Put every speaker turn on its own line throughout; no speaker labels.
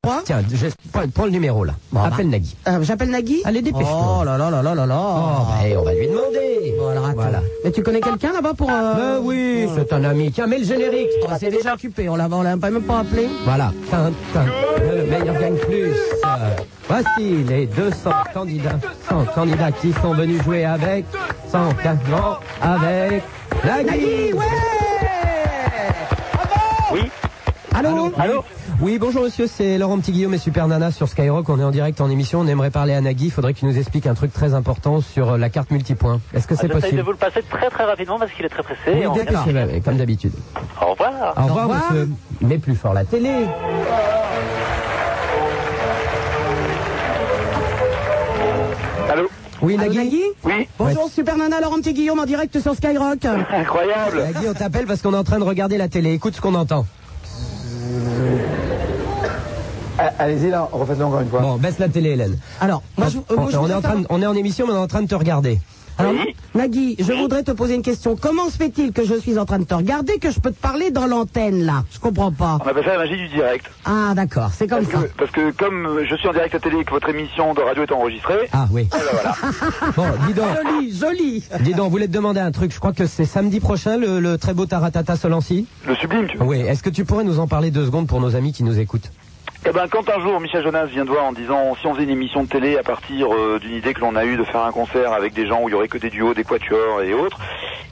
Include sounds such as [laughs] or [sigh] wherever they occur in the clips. pas
Tiens, je, prends, prends le numéro là. Bon,
Ah bah.
appelle Nagui.
Euh, J'appelle Nagui
Allez, dépêche-toi.
Oh là là là là là
Oh,
là
bah, eh, on va lui demander.
Bon, alors, attends.
Voilà.
Mais tu connais quelqu'un là-bas pour...
Ben
Euh...
oui, c'est un ami. Tiens, mets le générique.
on s'est déjà occupé, on l'a on l'a même pas appelé.
Voilà, Tintin, le meilleur gagne plus. Euh, Voici les 200 candidats, 100 candidats qui sont venus jouer avec 104 ans avec Nagui.
Nagui, ouais
Allô
Allô
Oui, bonjour monsieur, c'est Laurent Petit Guillaume et Super Nana sur Skyrock. On est en direct en émission. On aimerait parler à Nagui. Il faudrait qu'il nous explique un truc très important sur euh, la carte multipoint. Est-ce que
Ah,
c'est
J'essaye de
possible
vous le passer très très rapidement parce qu'il est très pressé.
Oui,
Et on revient.
dépêchez-le, comme d'habitude.
Au revoir.
Au revoir,
revoir.
monsieur. Mets plus fort la télé.
Allô
Oui,
Allô,
Nagui.
Nagui
Oui
Oh. Bonjour Super Nana, Laurent Petit Guillaume en direct sur Skyrock.
Incroyable
Nagui, on t'appelle parce qu'on est en train de regarder la télé. Écoute ce qu'on entend.
Allez-y, là, refaites-le encore une fois.
Bon, baisse la télé, Hélène.
Alors, moi je, euh, moi, je
on, est
voudrais
en train de-
savoir-
on est en émission, mais on est en train de te regarder.
Alors, Nagui, je voudrais te poser une question. Comment se fait-il que je suis en train de te regarder, que je peux te parler dans l'antenne là Je comprends pas.
On appelle ça la magie du direct.
Ah d'accord, c'est comme
Parce
ça.
que, parce que comme euh, je suis en direct à télé et que votre émission de radio est enregistrée,
Ah oui.
ben
Bon, dis donc,
Joli, joli.
dis donc, vous voulez te demander un truc. Je crois que c'est samedi prochain, le, le très beau Taratata Solancy.
le sublime, tu vois.
Ah Oui, est-ce que tu pourrais nous en parler deux secondes pour nos amis qui nous écoutent
Eh ben, quand un jour Michel Jonas vient de voir en disant si on faisait une émission de télé à partir euh, d'une idée que l'on a eue de faire un concert avec des gens où il y aurait que des duos, des quatuors et autres,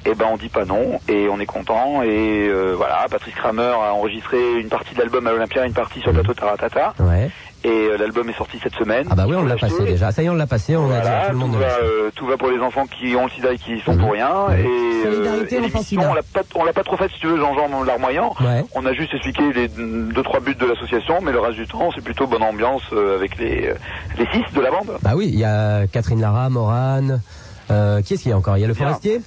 eh ben on dit pas non et on est content et euh, voilà. Patrice Kramer a enregistré une partie de l'album à l'Olympia, une partie sur le plateau Taratata
Ouais.
et euh, l'album est sorti cette semaine.
Ah bah oui, on
Faut
l'a
l'acheter.
passé déjà. Ça y est, on l'a passé, on a dit à
Voilà,
tout le
tout,
monde. de
va,
l'acheter.
euh, tout va pour les enfants qui ont le sida et qui y sont pour rien.
Mhm.
Et,
Solidarité,
et
enfants
l'émission,
sida.
on l'a pas, on l'a pas trop faite, si tu veux, Jean-Jean Larmoyant.
Ouais.
On a juste expliqué les deux, trois buts de l'association, mais le reste du temps, c'est plutôt bonne ambiance euh, avec les, euh, les six de la bande.
Bah oui, il y a Catherine Lara, Morane. Euh, qui est-ce qu'il y a encore Il y a le forestier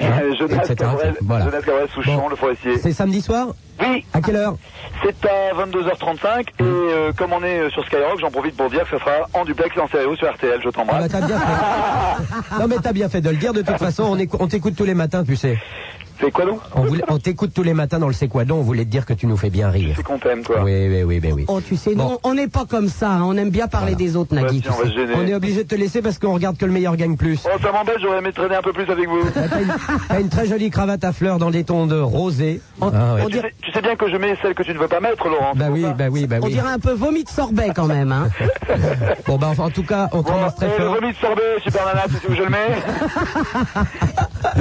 hein,
Euh, Jonas
etc.,
Cabrel,
etc. Voilà.
Jonas Cabrel Souchon,
Bon.
le forestier.
C'est samedi soir
Oui,
À quelle heure
Oh. c'est à 22h35 et euh, comme on est euh, sur Skyrock, j'en profite pour dire que ça sera en duplex et en stéréo sur RTL, je
Ah
t'embrasse.
bah t'as bien fait.
[laughs]
non mais t'as bien fait de le dire. De toute façon, on écou- on t'écoute tous les matins, tu sais.
c'est quoi donc
On, voulait- on t'écoute tous les matins dans le C'est quoi donc On voulait te dire que tu nous fais bien rire.
C'est qu'on t'aime,
Oui,
toi.
oui, oui, ben oui.
Oh tu sais, non, on n'est pas comme ça. hein. On aime bien parler des auautres,
Ouais,
Nagui.
tiens,
tu
on va
sais.
se gêner.
On est obligé de te laisser parce qu'on regarde que le meilleur gagne plus.
Oh, ça m'embête, j'aurais aimé traîner un peu plus avec vous.
T'as une, t'as une très jolie cravate à fleurs dans des tons de rosé. Ah, ouais.
on
Tu
dirait-
sais, tu sais bien que je mets celle que tu ne veux pas mettre, Laurent.
Bah oui, bah oui, bah
On
oui.
dirait un peu vomi de sorbet quand même. Hein.
[laughs] Bon bah enfin, en tout cas, on te
Bon,
remercie très
et le
fort.
remis de sorbet, super nana, tu sais où je le mets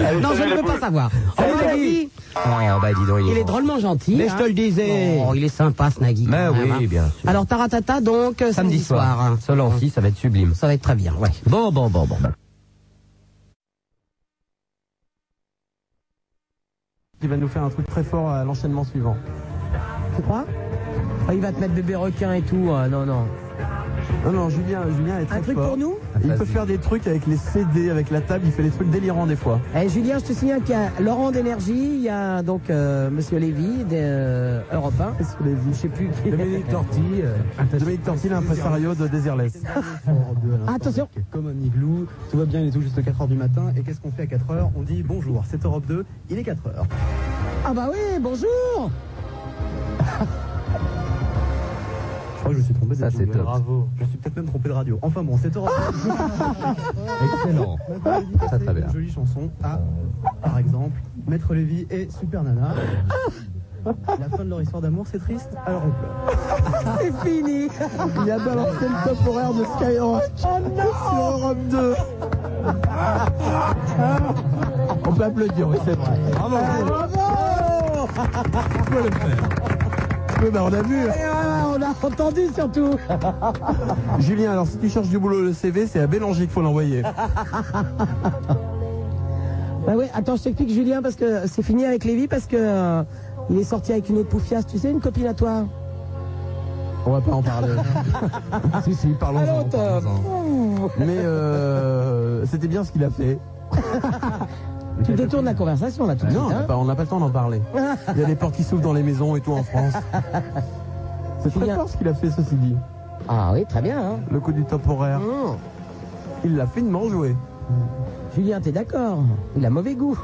[laughs] Allez,
non, je
salut
ne
les
veux pas
poules.
savoir. Oh, Nagui,
Ah bah dis donc, il est,
il est
fort.
drôlement gentil.
Mais je
hein.
te le disais.
Oh, il est sympa, ce Nagui.
Mais
quand même,
oui,
hein.
bien sûr.
Alors Taratata, donc euh,
Samedi soir,
hein.
Solancy, ça va être sublime.
Ça va être très bien, ouais.
Bon, bon, bon, bon.
Il va nous faire un truc très fort à l'enchaînement suivant.
Tu crois Oh, Il va te mettre bébé requin et tout. euh, non, non.
Non, non, Julien, Julien est très
Un truc
fort.
pour nous
Il peut
Vas-y.
faire des trucs avec les CD, avec la table, il fait des trucs délirants des fois.
Eh, Julien, je te signale qu'il y a Laurent d'énergie, il y a donc euh, Monsieur Lévy, des, euh, Europe 1.
Qu'est-ce que vous avez
Je sais plus qui.
Dominique Torti,
euh.
Ah, Dominique Torti, l'impresario de Désirless.
Ah, Attention.
Comme un igloo, tout va bien, il est tout juste 4h du matin. Et qu'est-ce qu'on fait à 4h On dit bonjour, c'est Europe 2, il est 4h.
Ah bah oui, bonjour
Je crois que je me suis trompé de
Ça, c'est
jingle.
top.
Bravo. Je me suis peut-être même trompé de radio. Enfin bon, c'est Europe 2.
Excellent.
Maintenant, je vais
Ça,
passer
très bien.
une jolie chanson à, par exemple, Maître Lévy et Super Nana. La fin de leur histoire d'amour, c'est triste, alors on pleure.
[laughs] C'est fini Oh
Il a balancé le top horaire de Skyrock sur Europe 2. On peut applaudir, oui, c'est vrai. Bravo! Tu peux le faire. Tu peux, bah, on a vu.
On a entendu surtout
Julien, alors si tu cherches du boulot, le CV, c'est à Bélanger qu'il faut l'envoyer.
Bah oui, attends, je t'explique Julien, parce que c'est fini avec Lévy, parce que euh, il est sorti avec une autre poufiasse, tu sais, une copine à toi.
On va pas en parler. [laughs] si, si, parlons-en. parlons-en. Mais euh, c'était bien ce qu'il a fait.
Tu détournes la conversation là tout de
Non,
suite, hein.
bah, on n'a pas le temps
[laughs]
d'en parler. Il y a des portes qui s'ouvrent dans les maisons et tout en France. C'est très
Julien.
fort ce qu'il a fait, ceci dit.
Ah oui, très bien. Hein.
Le coup du top horaire.
Mmh.
Il l'a finement joué.
Julien, t'es d'accord Il a mauvais [laughs] goût.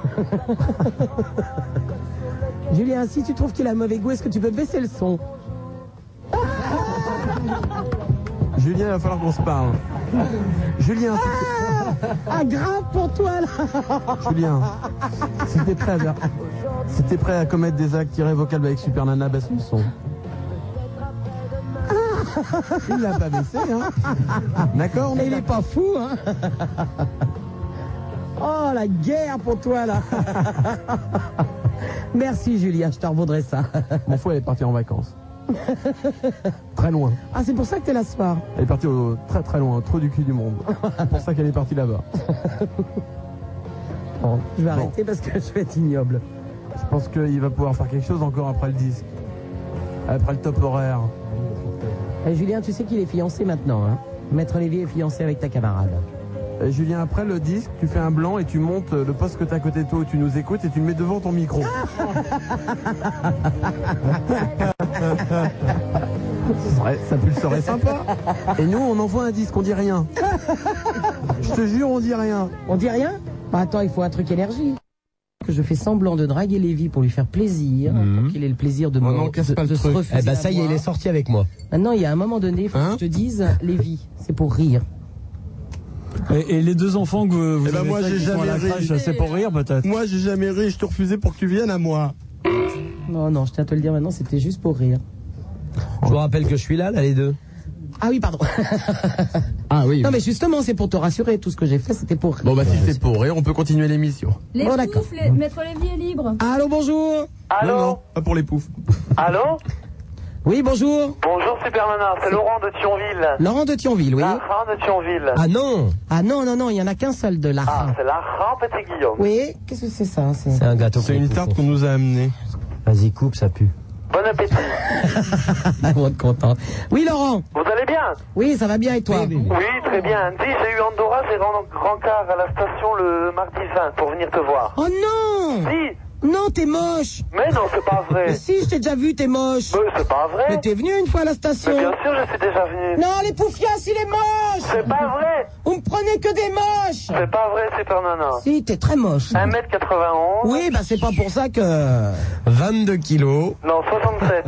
Julien, si tu trouves qu'il a mauvais goût, est-ce que tu peux baisser le son
Julien, il va falloir qu'on se parle.
[laughs]
Julien, si-
Ah, grave pour toi, là
Julien, si t'es prêt à, faire- si t'es prêt à commettre des actes irrévocables avec Super Nana, baisse
[laughs]
le son. Il l'a pas baissé, hein. D'accord on
Mais il est pas fou, hein [laughs] Oh, la guerre pour toi, là [laughs] Merci, Julia, je te revaudrai ça.
Mon fou, elle est partie en
[laughs]
vacances. très loin.
Ah, c'est pour ça que t'es là ce soir.
Elle est partie au, très très loin, au trou du cul du monde. C'est pour ça qu'elle est partie
[laughs]
là-bas. Bon,
Je vais
bon,
arrêter parce que je vais être ignoble.
Je pense qu'il va pouvoir faire quelque chose encore après le disque. Après le top horaire.
Eh, Julien, tu sais qu'il est fiancé maintenant, hein Maître Lévy est fiancé avec ta camarade.
Euh, Julien, après le disque, tu fais un blanc et tu montes euh, le poste que t'as à côté de toi où tu nous écoutes et tu le mets devant ton micro. Ce serait- ça pu- serait sympa. Et nous, on envoie un disque, on dit rien. Je te jure, on dit rien.
On dit rien
Bah, attends, il faut un truc énergie. Que je fais semblant de draguer Lévi pour lui faire plaisir, pour qu'il ait le plaisir de me
non, casse
de-
pas le
de se
truc.
Eh
refuser
ben
à
ça y est,
moi.
il est sorti avec moi.
Maintenant, il y a un moment donné, il faut
Hein
que je te dise, Lévi, c'est pour rire.
Et, et les deux enfants que vous, vous
Eh ben,
avez
moi,
faits
j'ai
qui sont à la
jamais
crèche,
ri.
c'est pour rire peut-être.
Moi, j'ai jamais ri, je te refusais pour que tu viennes à moi.
Non, non, je tiens à te le dire maintenant, c'était juste pour rire.
Je vous rappelle que je suis là, là, les deux.
Ah oui, pardon.
Ah oui.
non, mais justement, c'est pour te rassurer, tout ce que j'ai fait, c'était pour rire.
Bon, bah, si c'est pour rire, on peut continuer l'émission.
Les
Bon, Ah, d'accord.
poufs, les- Maître Lévy est libre.
Allô, bonjour
Allô
Non, non, pas pour les poufs.
Allô
Oui, bonjour
Bonjour Supermana, c'est Laurent de Thionville.
Laurent de Thionville, oui
La Laurent de Thionville.
Ah non
Ah non, non, non, il n'y en a qu'un seul de là.
Ah, c'est Laurent Petit Guillaume.
Oui, qu'est-ce que c'est ça c'est-
C'est un gâteau.
C'est
pour
une
les
tarte
poufs.
qu'on nous a amenée.
Vas-y, coupe, ça pue.
Bon appétit.
[laughs] Ah, bon, content. Oui, Laurent
Vous allez bien
Oui, ça va bien et toi
Oui, très bien. Dis, j'ai eu Andorra, j'ai grand, grand car à la station le mardi 20 pour venir te voir.
Oh non
Si
Non, t'es moche
Mais non, c'est pas vrai.
Mais si, je t'ai déjà vu, t'es moche
Mais c'est pas vrai.
Mais t'es venu une fois à la
Mais
station
bien sûr, je suis déjà venu.
Non, les poufias, il est moche
C'est pas vrai.
On me prenait que des moches
C'est pas vrai, Supernana.
Si, t'es très moche.
1m91.
Oui, bah c'est pas pour ça que...
22 kilos.
Non, 67.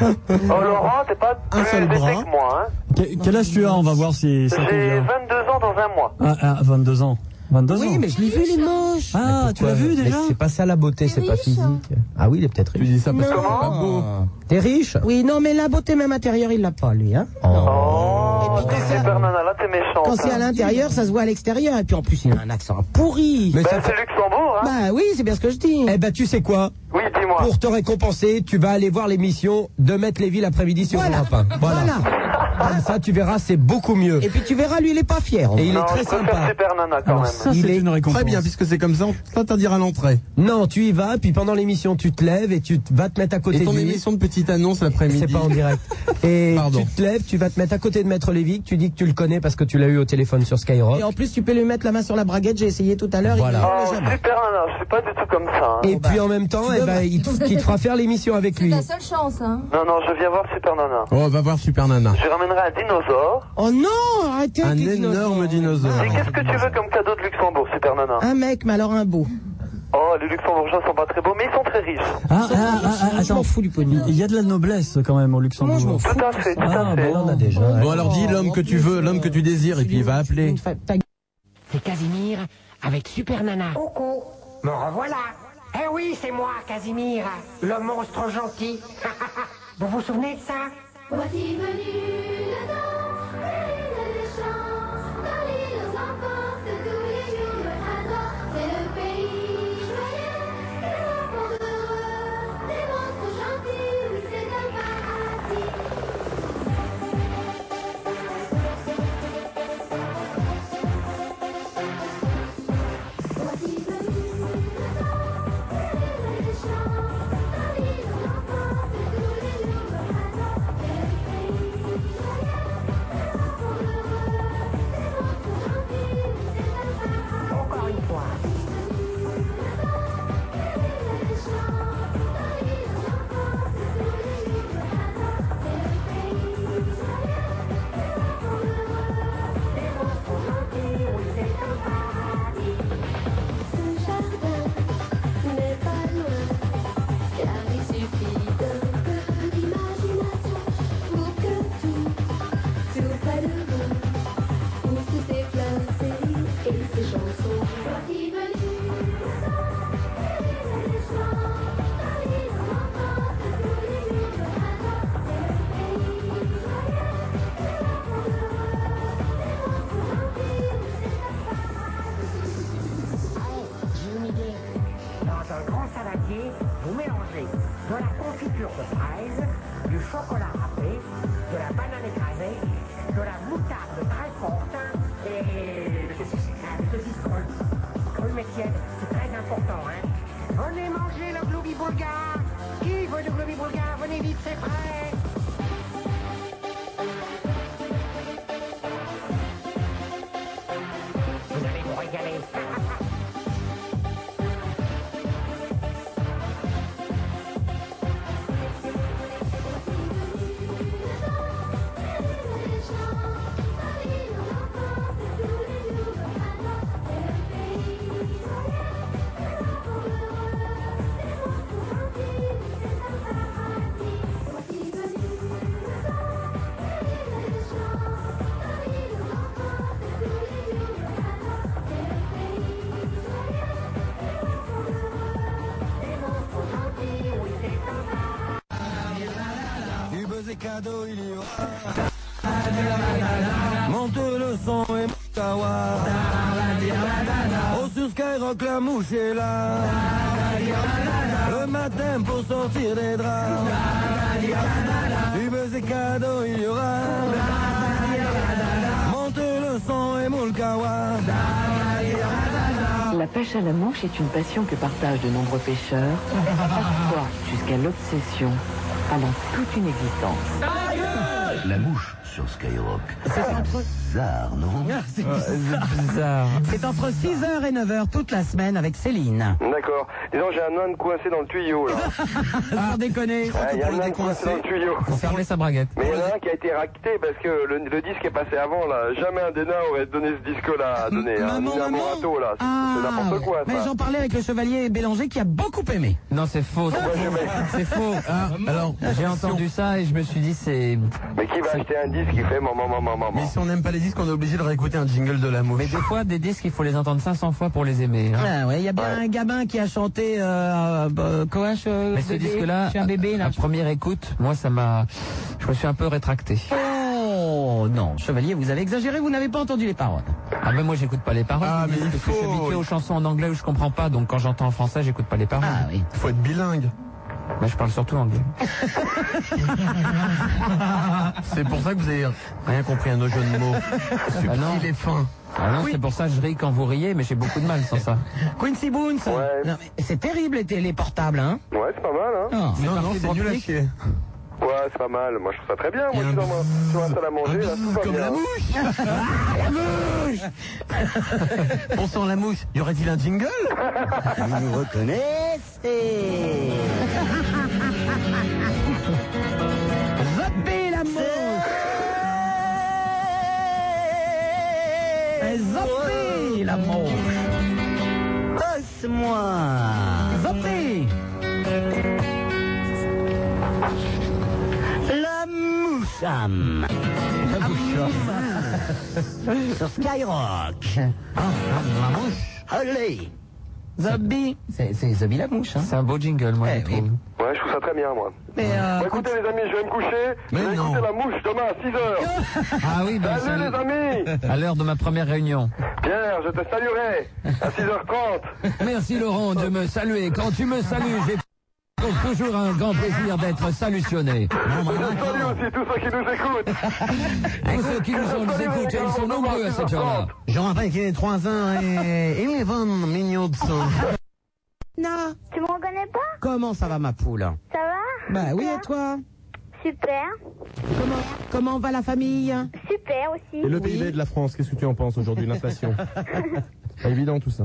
oh Laurent, t'es pas
Un
plus
seul
élevé
bras.
que moi. Hein.
Que- quel âge tu as On va voir si ça
J'ai
convient.
22 ans dans un mois.
Ah, ah, 22 ans. 22 ans
Oui, mais je l'ai vu, les moches
Ah, tu l'as vu
Mais
déjà
C'est pas ça la beauté, c'est pas
riche.
hein.
physique. Ah oui, il est peut-être
Tu
riche.
dis ça parce que c'est
Comment
pas beau.
T'es riche
Oui, non, mais la beauté même intérieure, il l'a pas, lui. Hein
Oh,
Et puis quand c'est à-
super nana, là t'es hein. méchant.
Quand c'est à l'intérieur, ça se voit à l'extérieur. Et puis en plus, il a un accent pourri.
Mais ça
Ben,
fait...
c'est Luxembourg, hein
Bah oui, c'est bien ce que je dis.
Eh ben tu sais quoi
Oui, dis-moi.
Pour te récompenser, tu vas aller voir l'émission de Maître Lévy l'après-midi sur
Voilà.
Europe 1.
Voilà.
Comme Ah, ça, tu verras, c'est beaucoup mieux.
Et puis tu verras, lui, il est pas fier.
Et il
non,
est très
je préfère
sympa.
super nana quand
Alors
même.
ça,
Il
c'est
est
une récompense.
Très bien, puisque c'est comme ça, on t'interdira l'entrée.
Non, tu y vas, puis pendant l'émission, tu te lèves et tu te- vas te mettre à côté
Et
de
ton
lui.
émission de petite annonce l'après-midi.
C'est pas en
[laughs]
direct. Et
Pardon.
tu te lèves, tu vas te mettre à côté de Maître Lévy, que tu dis que tu le connais parce que tu l'as eu au téléphone sur Skyrock.
Et en plus, tu peux lui mettre la main sur la braguette. J'ai essayé tout à l'heure. il
Voilà.
ne
Oh,
le jamais.
super nana, je suis pas du tout comme ça. hein.
Oh,
Et
bah.
puis en même temps, eh ben, il, te, il te fera faire l'émission
[laughs]
avec
C'est
lui.
ta seule chance, hein.
Non, non, je viens voir super nana.
Oh, va voir Super Nana.
Je ramènerai un dinosaure.
Oh non, arrêtez.
Un
avec les
énorme
dinosaures.
dinosaure.
Et qu'est-ce que tu veux comme cadeau de Luxembourg, super nana
Un mec, mais alors un beau.
Oh, les Luxembourgeois sont pas très beaux, mais ils sont très riches.
Ah, ah, ah, ah,
je m'en
attends.
fous du pognon.
Il y a de la noblesse quand même au Luxembourg.
Moi, je m'en fous.
Tout à fait, tout
Ah,
à
bah,
fait.
bon,
hein.
on a déjà.
Bon, alors dis l'homme que tu veux, l'homme que tu désires, et puis il va appeler.
Une fa- ta-
C'est Casimir avec Super Nana. Coucou, me revoilà. Eh oui, c'est moi, Casimir, le monstre gentil. [laughs] vous vous souvenez de ça
Voici venue la danse, pleine de chance, dans l'île aux enfants, de tous les jours le printemps, c'est le pays joyeux, des enfants heureux, des monstres gentils, oui c'est un paradis. Voici venue la danse, pleine de chance, dans l'île aux enfants, de tous les jours le printemps, c'est le pays joyeux,
hein. Ruby Boulgare, venez vite, c'est prêt Vous allez vous régaler
Du buzz et cadeau, il y aura. Monte le son et Mokawa. Au sur Skyrock, la mouche est là. Le matin pour sortir des draps. Du buzz et cadeau, il y aura. Monte le son et Moulkawa.
La pêche à la manche est une passion que partagent de nombreux pêcheurs, parfois jusqu'à l'obsession, allant toute une existence.
La mouche sur Skyrock.
C'est entre-
bizarre, non
C'est bizarre. C'est entre 6h et 9h toute la semaine avec Céline.
[laughs] D'accord. Disons, j'ai un âne coincé dans le tuyau, là.
Sans déconner.
Ah, Il y a un âne coincé dans le tuyau.
Fermez sa braguette.
Mais il y en a un qui a été racté parce que le, le disque est passé avant, là. Jamais un des nains aurait donné ce disque-là à donner. hein. Ni un Morato, là. C'est- C'est n'importe quoi,
Ah, Mais
ça.
j'en parlais avec le chevalier Bélanger qui a beaucoup aimé.
Non, c'est faux. c'est faux. C'est faux. Ah, alors, j'ai entendu ça et je me suis dit, c'est.
Mais qui va acheter un disque qui fait maman, maman, maman
Mais si on n'aime pas les disques, on est obligé de réécouter un jingle de la mouche. Mais
des fois, des disques, il faut les entendre 500 fois pour les aimer. hein.
Ah ouais, il y a bien un gamin qui a chanté euh, euh, Coache. euh,
Mais ce
bébé,
disque-là, ah,
je suis un bébé là.
à première écoute, moi, ça m'a. Je me suis un peu rétracté.
Oh non, chevalier, vous avez exagéré, vous n'avez pas entendu les paroles.
Ah ben moi j'écoute pas les paroles.
Ah, mais il
parce que je suis
faut-
habitué aux chansons en anglais où je comprends pas, donc quand j'entends en français j'écoute pas les paroles. Ah
oui.
Faut être bilingue. Bah je parle surtout anglais.
[laughs] C'est pour ça que vous avez rien compris à nos jeux de mots.
Ah non.
Subtil et fin.
Ah non, c'est pour ça que je ris quand vous riez, mais j'ai beaucoup de mal sans ça.
Quincy Boone, ça. Non, mais c'est terrible les téléportables, hein. Oh,
Ouais, c'est pas mal, hein
Non, non, c'est nul à chier.
Ouais, c'est pas mal. Moi, je trouve ça très bien. Moi, je suis dans ma, sur ma salle à manger, là. Tout va bien.
la mouche
On sent la mouche. Y aurait-il un jingle
Vous nous reconnaissez Zappez la mouche Zappez la mouche Passe-moi Zappez La mouche Am. La mouche Sur Skyrock Ah, La mouche Allez Zombie C'est c'est Zombie la mouche. Hein.
C'est un beau jingle, moi, je trouve.
Ouais, je trouve ça très bien, moi.
euh,
Bon, Bah, écoutez, les amis, je vais me coucher. je vais écouter la mouche demain à 6h.
Ah oui, bah,
Salut,
ça-
les amis
À l'heure de ma première réunion.
Pierre, je te saluerai à 6h30.
Merci Laurent de me saluer. Quand tu me salues, j'ai toujours un grand plaisir d'être salutionné.
Salut aussi tous ceux qui nous écoutent.
Tous ceux qui nous ont- nous écoutent, ils sont nombreux à cette heure-là.
Je rappelle qu'il est 3h
[laughs]
et 11 minutes.
Non.
Tu me reconnais pas
Comment ça va ma poule
Ça va
Bah oui et toi
Super.
Comment comment va la famille
Super aussi.
Et le PIB de la France, qu'est-ce que tu en penses aujourd'hui, l'inflation Pas évident tout ça.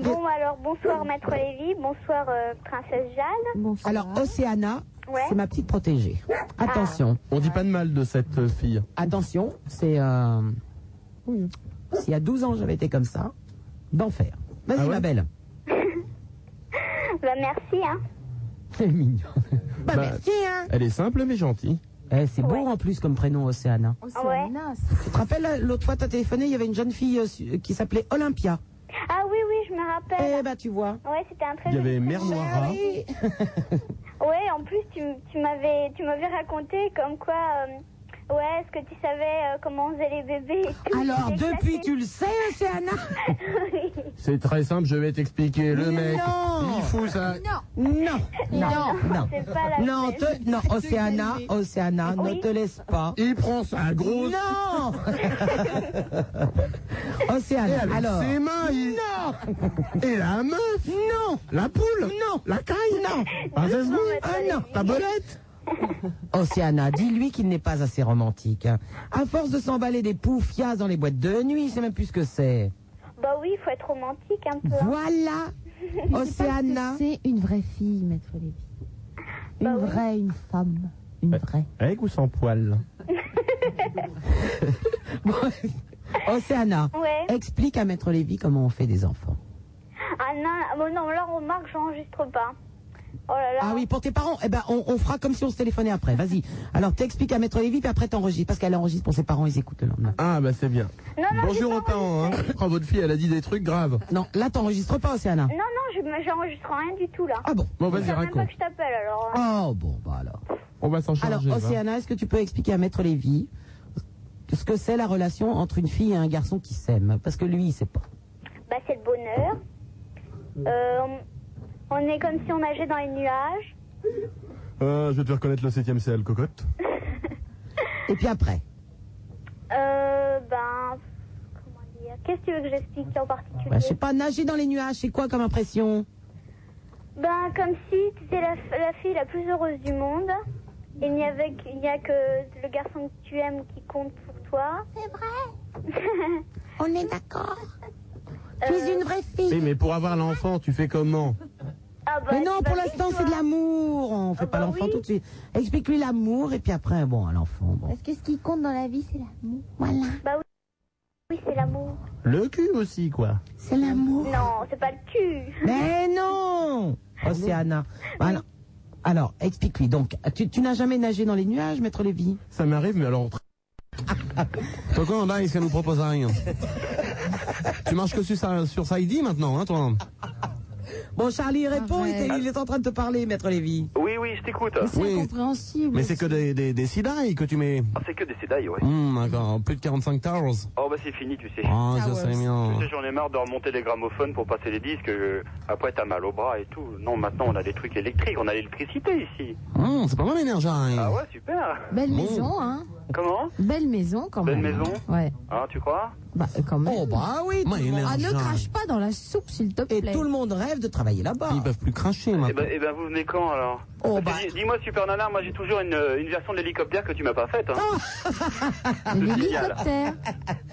Bon, alors bonsoir Maître Lévy, bonsoir euh, Princesse Jeanne.
Alors Océana, c'est ma petite protégée. Attention,
On dit pas de mal de cette euh, fille.
Ah. attention, c'est euh... s'il y a 12 ans j'avais été comme ça, d'enfer. Vas-y ma belle.
Bah merci, hein.
[laughs] C'est mignon. Bah, merci hein.
Elle est simple mais gentille.
Eh, c'est beau en plus comme prénom Océana.
Oh,
Ouais.
Tu te rappelles euh, l'autre fois t'as téléphoné, il y avait une jeune fille euh, su- qui s'appelait Olympia.
Ah oui, oui, je me rappelle.
Eh bah tu vois.
Ouais, c'était un très
Il y
joli
avait Mère
prénom.
Noira.
Ouais, en plus, tu, m- tu m'avais tu m'avais raconté comme quoi euh, Ouais, est-ce que tu savais euh, comment on faisait les bébés et tout
Alors,
J'ai claqué.
depuis, tu le sais, Océana
[laughs] Oui.
C'est très simple, je vais t'expliquer. Le mec,
Non.
il fout ça.
Non Non Non
c'est pas la
Non, te- non, Océana, Océana, ne te laisse pas.
Il prend sa grosse. [laughs]
Non
Et
Océana,
avec
alors.
ses mains, il-
Non
Et la meuf
Non
La poule
Non
La caille
Non
Ah, ça se voit.
Ah non
La belette
[laughs] Océana, dis-lui qu'il n'est pas assez romantique. hein. À force de s'emballer des poufias dans les boîtes de nuit, il sait même plus ce que c'est.
Bah oui, faut être romantique un peu. hein.
Voilà Océana
C'est une vraie fille, Maître Lévy. Une
Bah oui.
vraie, une femme. Une vraie.
Avec ou sans poil
Océana,
Ouais.
explique à Maître Lévy comment on fait des enfants.
Ah non, bon, non, là on remarque, j'enregistre pas. Oh là là.
Ah oui, pour tes parents, eh ben, on, on fera comme si on se téléphonait après. Vas-y. Alors, t'expliques à Maître Lévy, puis après t'enregistres, parce qu'elle enregistre pour ses parents, ils écoutent le lendemain.
Ah, bah c'est bien.
Non, non,
Bonjour aux parents, hein. Quand votre fille, elle a dit des trucs graves.
Non, là, t'enregistres pas, Océana.
Non, non, je- j'enregistre rien du tout là.
Ah bon
Bon,
Je
vas-y,
sais même pas
raconte.
que je t'appelle alors. hein.
Oh, bon, bah alors.
On va s'en
Alors,
charger. va.
Océana, est-ce que tu peux expliquer à Maître Lévy ce que c'est la relation entre une fille et un garçon qui s'aiment Parce que lui, il sait pas.
Bah c'est le bonheur. Euh, on est comme si on nageait dans les nuages.
Euh, je vais te faire connaître le 7ème CL Cocotte.
Et puis après
Euh, ben, comment dire Qu'est-ce que tu veux que j'explique en particulier
bah, Je sais pas, nager dans les nuages, c'est quoi comme impression
Ben, comme si tu étais la, la fille la plus heureuse du monde. Il n'y avait qu- il n'y a que le garçon que tu aimes qui compte pour toi. C'est vrai.
On est d'accord. Tu es une vraie fille.
Eh, mais pour avoir l'enfant, tu fais comment
[laughs] Ah bah,
Mais non,
tu
pour
vas
l'instant,
vite,
c'est de
toi.
l'amour. On fait pas
bah
l'enfant
oui.
tout de suite. Explique-lui l'amour, et puis après, bon, à l'enfant. Bon.
[laughs]
Parce que ce qui compte dans la vie, c'est l'amour.
Bah oui, oui c'est l'amour.
Le cul aussi, quoi.
C'est l'amour.
Non, c'est pas le cul.
Mais non Oh, Océana. Bah, Alors, alors, explique-lui. Donc, tu, tu n'as jamais nagé dans les nuages, Maître Lévy
Ça m'arrive, mais alors. [laughs] Toi, quand on a, ça nous propose rien. tu marches que sur, ça- sur Saïdi maintenant, hein, toi
Bon, Charlie, réponds. Il, est- il est en train de te parler, Maître Lévy.
Oui, oui, je t'écoute.
Ah,
C'est
Oui.
incompréhensible.
Mais c'est que des, des, des sidailles que tu mets.
Ah, c'est que des sédailles, ouais.
Hum, d'accord. Plus de 45 towers.
Oh, bah c'est fini, tu sais.
Ah, ça, c'est bien.
Tu sais, j'en ai marre de remonter les gramophones pour passer les disques. euh, Après, t'as mal au bras et tout. Non, maintenant, on a des trucs électriques. On a l'électricité ici.
Hum, c'est pas mal l'énergie.
Ah ouais, super.
Belle
Bon.
maison, hein.
Comment
Belle maison, quand
Belle
même.
maison
Ouais.
Ah, tu crois
Bah, euh, quand même.
Oh, bah oui. tout
Ouais,
le monde-
énergie.
Ah, ne crache pas dans la soupe, s'il te plaît.
Et tout le monde rêve de travailler là-bas.
Ils peuvent plus cracher maintenant.
Eh ben, eh ben, vous venez quand alors
Oh,
Parce que dis- Dis-moi, Super Nana, moi j'ai toujours une, euh, une version de l'hélicoptère que tu m'as pas faite. hein.
L'hélicoptère.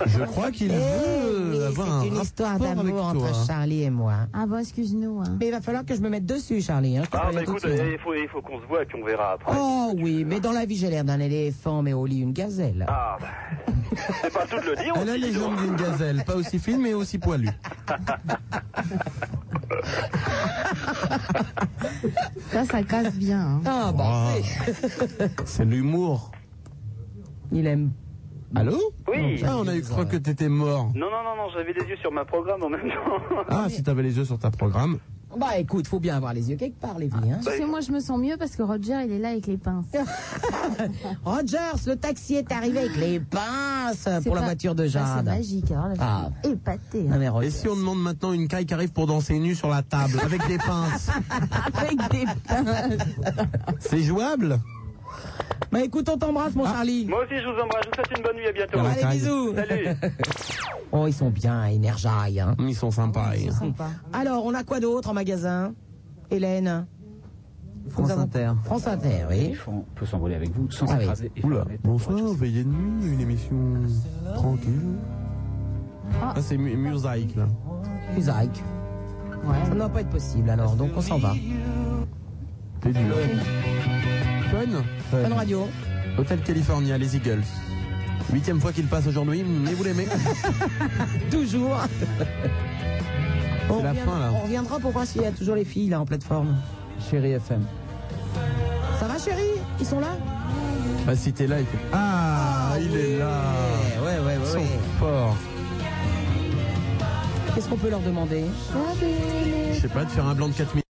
Je crois qu'il
Eh
veut
oui,
avoir
c'est une
un
histoire
rapport avec
d'amour
toi.
entre Charlie et moi.
Ah bon, excuse-nous. Hein.
Mais il va falloir que je me mette dessus, Charlie. hein, je te
Ah,
préviens
bah
tout de
écoute,
suite.
eh, il faut, il faut qu'on se voit et puis on verra après.
Oh oui, mais dans la vie, j'ai l'air d'un éléphant, mais au lit, une gazelle.
Ah, bah. C'est pas tout de le dire
Elle a
aussi.
les
dis donc.
jambes d'une gazelle, pas aussi fine mais aussi poilue.
Ça, ça casse bien. Hein.
Ah, bah,
Wow. C'est de l'humour.
il aime.
Allô
Oui.
Ah, on a eu croire que t'étais mort.
Non, non, non, non, j'avais les yeux sur ma programme en même temps. [laughs]
Ah, si t'avais les yeux sur ta programme.
Bah écoute, faut bien avoir les yeux quelque part, les vies. Hein.
Tu sais, moi, je me sens mieux parce que Roger, il est là avec les pinces.
Ah, Rogers, le taxi est arrivé avec les pinces pour la
pas-
voiture de
Ah, C'est
Jade.
magique. Alors là, je
Ah.
suis épatée.
Non,
hein.
mais Rogers.
Et si on demande maintenant une caille qui arrive pour danser nue sur la table avec des pinces
[laughs] Avec des pinces.
C'est jouable
Bah écoute, on t'embrasse,
Ah.
mon Charlie.
Moi aussi, je vous embrasse. Je vous souhaite une bonne nuit. À bientôt.
Ah,
Allez,
Caille.
bisous.
Salut.
[laughs] Oh, ils sont bien, énergiailles. Hein.
Ils sont sympas. hein.
Alors, on a quoi d'autre en magasin Hélène
France
Nous avons-
Inter.
France Inter, oui.
On peut s'envoler avec vous sans
Ah oui.
s'écraser. et
Oula,
faire mettre-
bonsoir, veillée de nuit, une émission tranquille.
Ah.
Ah, c'est mu- musique là.
Musaïque.
Ouais.
Ça ne doit pas être possible, alors, donc on s'en va.
T'es du Fun
Bonne radio.
Hôtel California, les Eagles. Huitième fois qu'ils passent aujourd'hui, mais
[laughs]
vous l'aimez. [laughs]
Toujours. On,
la
revient-
fin, là.
on reviendra pour voir s'il y a toujours les filles là en plateforme.
Chérie FM.
Ça va chérie Ils sont là
Bah si t'es là, il fait... Ah, il est là
Ouais, ouais,
Ils
ouais.
sont
ouais.
forts.
Qu'est-ce qu'on peut leur demander
Je sais pas, de faire un blanc de 4 minutes.